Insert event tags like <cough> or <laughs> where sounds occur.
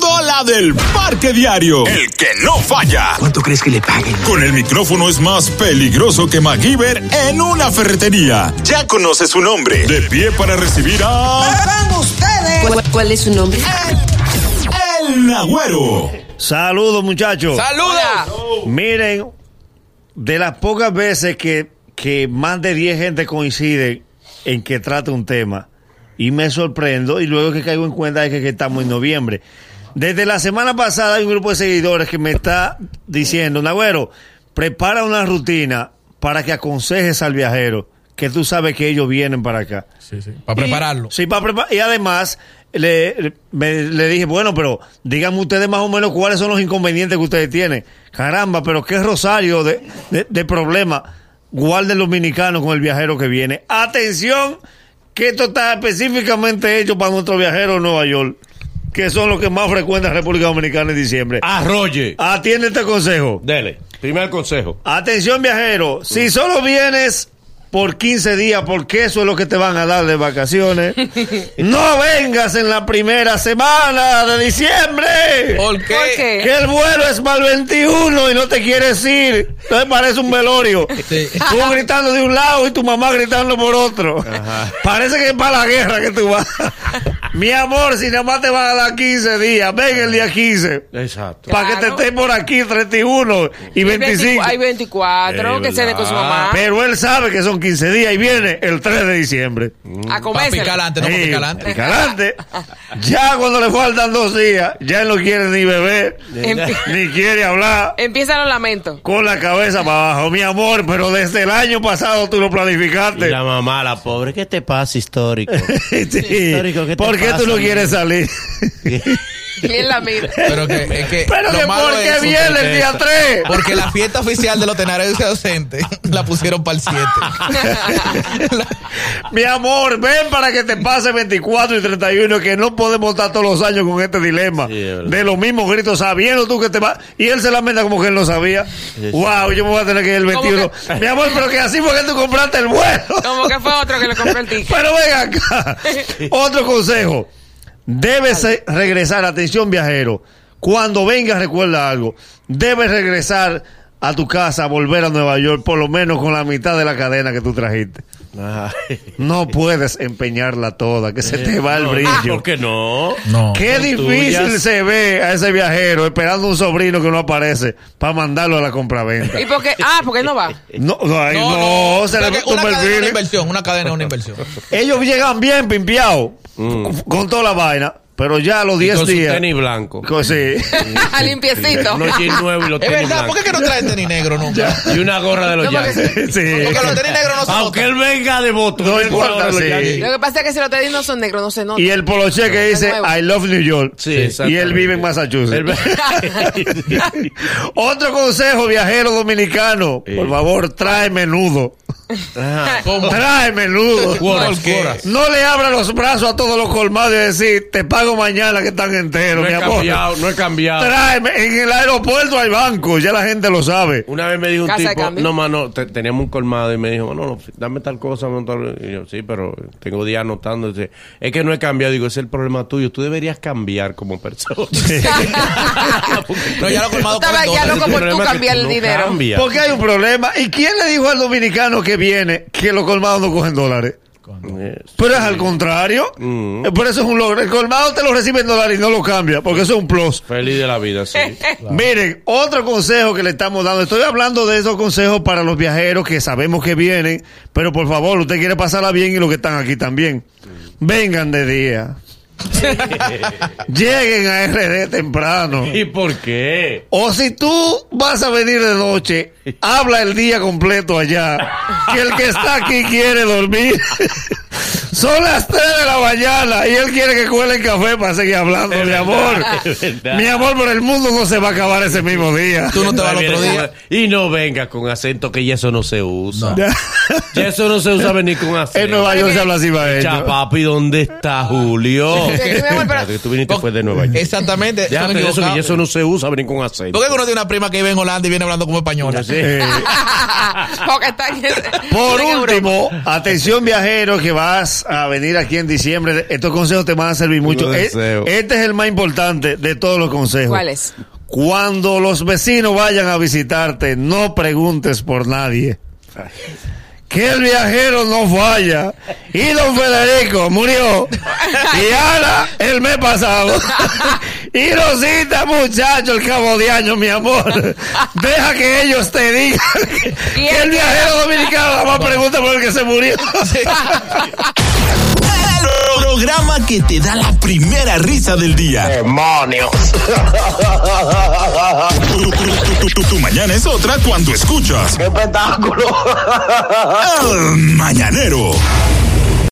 la del Parque Diario. El que no falla. ¿Cuánto crees que le paguen? Con el micrófono es más peligroso que MacGyver en una ferretería. Ya conoce su nombre. De pie para recibir a. ¿Cuál, cuál es su nombre? Ah, El Agüero. Saludos, muchachos. ¡Saluda! Miren, de las pocas veces que, que más de 10 gente coincide en que trata un tema, y me sorprendo, y luego que caigo en cuenta es que, que estamos en noviembre. Desde la semana pasada hay un grupo de seguidores que me está diciendo, Nagüero, prepara una rutina para que aconsejes al viajero, que tú sabes que ellos vienen para acá. Sí, sí. Para prepararlo. Sí, para preparar. Y además, le, me- le dije, bueno, pero díganme ustedes más o menos cuáles son los inconvenientes que ustedes tienen. Caramba, pero qué rosario de, de, de problema guarda el dominicano con el viajero que viene. Atención, que esto está específicamente hecho para nuestros viajeros en Nueva York, que son los que más frecuentan República Dominicana en diciembre. Ah. Arroye. Atiende este consejo. Dele. Primer consejo. Atención viajero, si solo vienes por 15 días, porque eso es lo que te van a dar <laughs> de vacaciones, no vengas en la primera semana de diciembre. ¿Por qué? ¿Por qué? Que el vuelo es mal 21 y no te quieres ir. Entonces parece un velorio. Sí. Tú gritando de un lado y tu mamá gritando por otro. Parece que es para la guerra que tú <laughs> vas. Mi amor, si nada más te van a dar 15 días, ven el día 15. Exacto. Para que te Claro. estés por aquí 31 y 25. Hay 24 Es que se Pues, dé con su mamá. Ah, Pero él sabe que son 15 días y viene el 3 de diciembre. A Para comerse. picar adelante, no para Sí, picar adelante. pica <laughs> adelante. Ya cuando le faltan dos días, ya él no quiere ni beber, ni quiere hablar. Empiezan los lamentos. Con la cabeza para abajo, mi amor, pero desde el año pasado tú lo Y planificaste. la mamá, la pobre, ¿qué te pasa, histórico? <laughs> Sí. Histórico, ¿qué te ¿Por qué pasa, tú no amigo? quieres salir? <laughs> <laughs> ¿Quién la mira? Pero que, es que Pero lo que malo por es qué eso, viene el día 3. Porque la fiesta oficial de los tenarenses docentes <laughs> la pusieron para el 7. Mi amor, ven para que te pase 24 y 31, que no podemos estar todos los años con este dilema. Sí, es verdad. de los mismos gritos, sabiendo tú que te vas. Y él se lamenta como que él no sabía. sí. Wow, yo me voy a tener que ir el Como 21. Mi amor, pero que así fue que tú compraste el vuelo. Como que fue otro que le compró el ticket. Pero venga acá. Otro consejo. Debes eh, regresar, atención viajero. Cuando vengas, recuerda algo. Debes regresar a tu casa, volver a Nueva York, por lo menos con la mitad de la cadena que tú trajiste. <laughs> Ay. No puedes empeñarla toda, que se te va el brillo. ¿Por qué no? No. Qué Son difícil tuyas. se ve a ese viajero esperando un sobrino que no aparece para mandarlo a la compraventa. ¿Y por qué? Ah, porque no va. No, no, ay, no, se le Pero que una va a cadena es tumbar el una brillo. inversión, una cadena es una inversión. Ellos llegan bien pimpeados con- con toda la vaina, pero ya a los 10 Con su días. tenis blanco. co- sí. Limpiecito. Unos jeans nuevos y los Es tenis verdad, ¿por qué blancos. que no traen tenis negro nunca? Y una gorra de No, los porque- <laughs> Yankees. Sí. Porque los tenis negros no Ah, se Aunque notan. él venga de voto. No él importa, gorra de los sí. Yankees. Lo que pasa es que si los tenis no son negros, no se nota. Y el poloche que dice nuevo. I love New York. Sí, y él exactamente. vive en Massachusetts. Él ve- <laughs> Otro consejo, viajero dominicano. Sí. Por favor, trae menudo. ¿Cómo? Trae <laughs> menudo. ¿Por Cuoras, qué? cuoras. No le abra los brazos a todos los colmados y decir, te pago mañana que están enteros, No mi he amor. cambiado, no he cambiado. Tráeme, en el aeropuerto hay banco, ya la gente lo sabe. Una vez me dijo un Casa de tipo, cambio. no, mano, te- teníamos un colmado y me dijo, no, no, dame tal cosa, mano, tal- Y yo, sí, pero tengo días anotando. Dice, es que no he cambiado. Digo, ese es el problema tuyo. Tú deberías cambiar como <laughs> persona. No, ya lo colmado Estaba con ya dólares. loco por tú problema es que cambiar tú el no dinero. cambias. Porque hay un problema. ¿Y quién le dijo al dominicano que viene que los colmados no cogen dólares? Yes. Pero es al contrario. Mm. Eh, Por eso es un logro. El colmado te lo recibe en dólares y no lo cambia, porque eso es un plus. Feliz de la <laughs> vida, sí. Miren, otro consejo que le estamos dando. Estoy hablando de esos consejos para los viajeros que sabemos que vienen, pero por favor, usted quiere pasarla bien y los que están aquí también. Vengan de día. Lleguen a RD temprano. ¿Y por qué? O si tú vas a venir de noche, habla el día completo allá. Que el que está aquí quiere dormir. <laughs> Son las 3 de la mañana y él quiere que cuele el café para seguir hablando, mi <laughs> amor. <laughs> es verdad. Mi amor, pero el mundo no se va a acabar ese mismo día. Tú no te vas al Ay, otro mira, día. Y no venga con acento que ya eso no se usa. No. <laughs> Ya eso no se usa venir con acento. En Nueva York se habla así para Ya, ellos. papi, ¿dónde está Julio? Sí, mi amor, pero- Espérate, que tú viniste este fue de Nueva York. Oh, Exactamente. Ya, están pero eso, equivocados. que eso no se usa venir con acento. ¿Por qué uno tiene una prima que vive en Holanda y viene hablando como española? Sí. Eh, <laughs> Porque está en- por en Europa. último, atención viajero que vas vas a venir aquí en diciembre, estos consejos te van a servir mucho. Lo Eh, deseo. Este es el más importante de todos los consejos. ¿Cuál es? Cuando los vecinos vayan a visitarte, no preguntes por nadie. Que el viajero no falla. Y don Federico murió. Y Ana, el mes pasado. Y Rosita, muchacho, el cabo de año, mi amor. Deja que ellos te digan que, que el viajero dominicano nada más pregunta por el que se murió. Programa que te da la primera risa del día. ¡Demonios! Tu, tu- tu- tu- tu mañana es otra cuando escuchas. ¡Qué espectáculo! El Mañanero.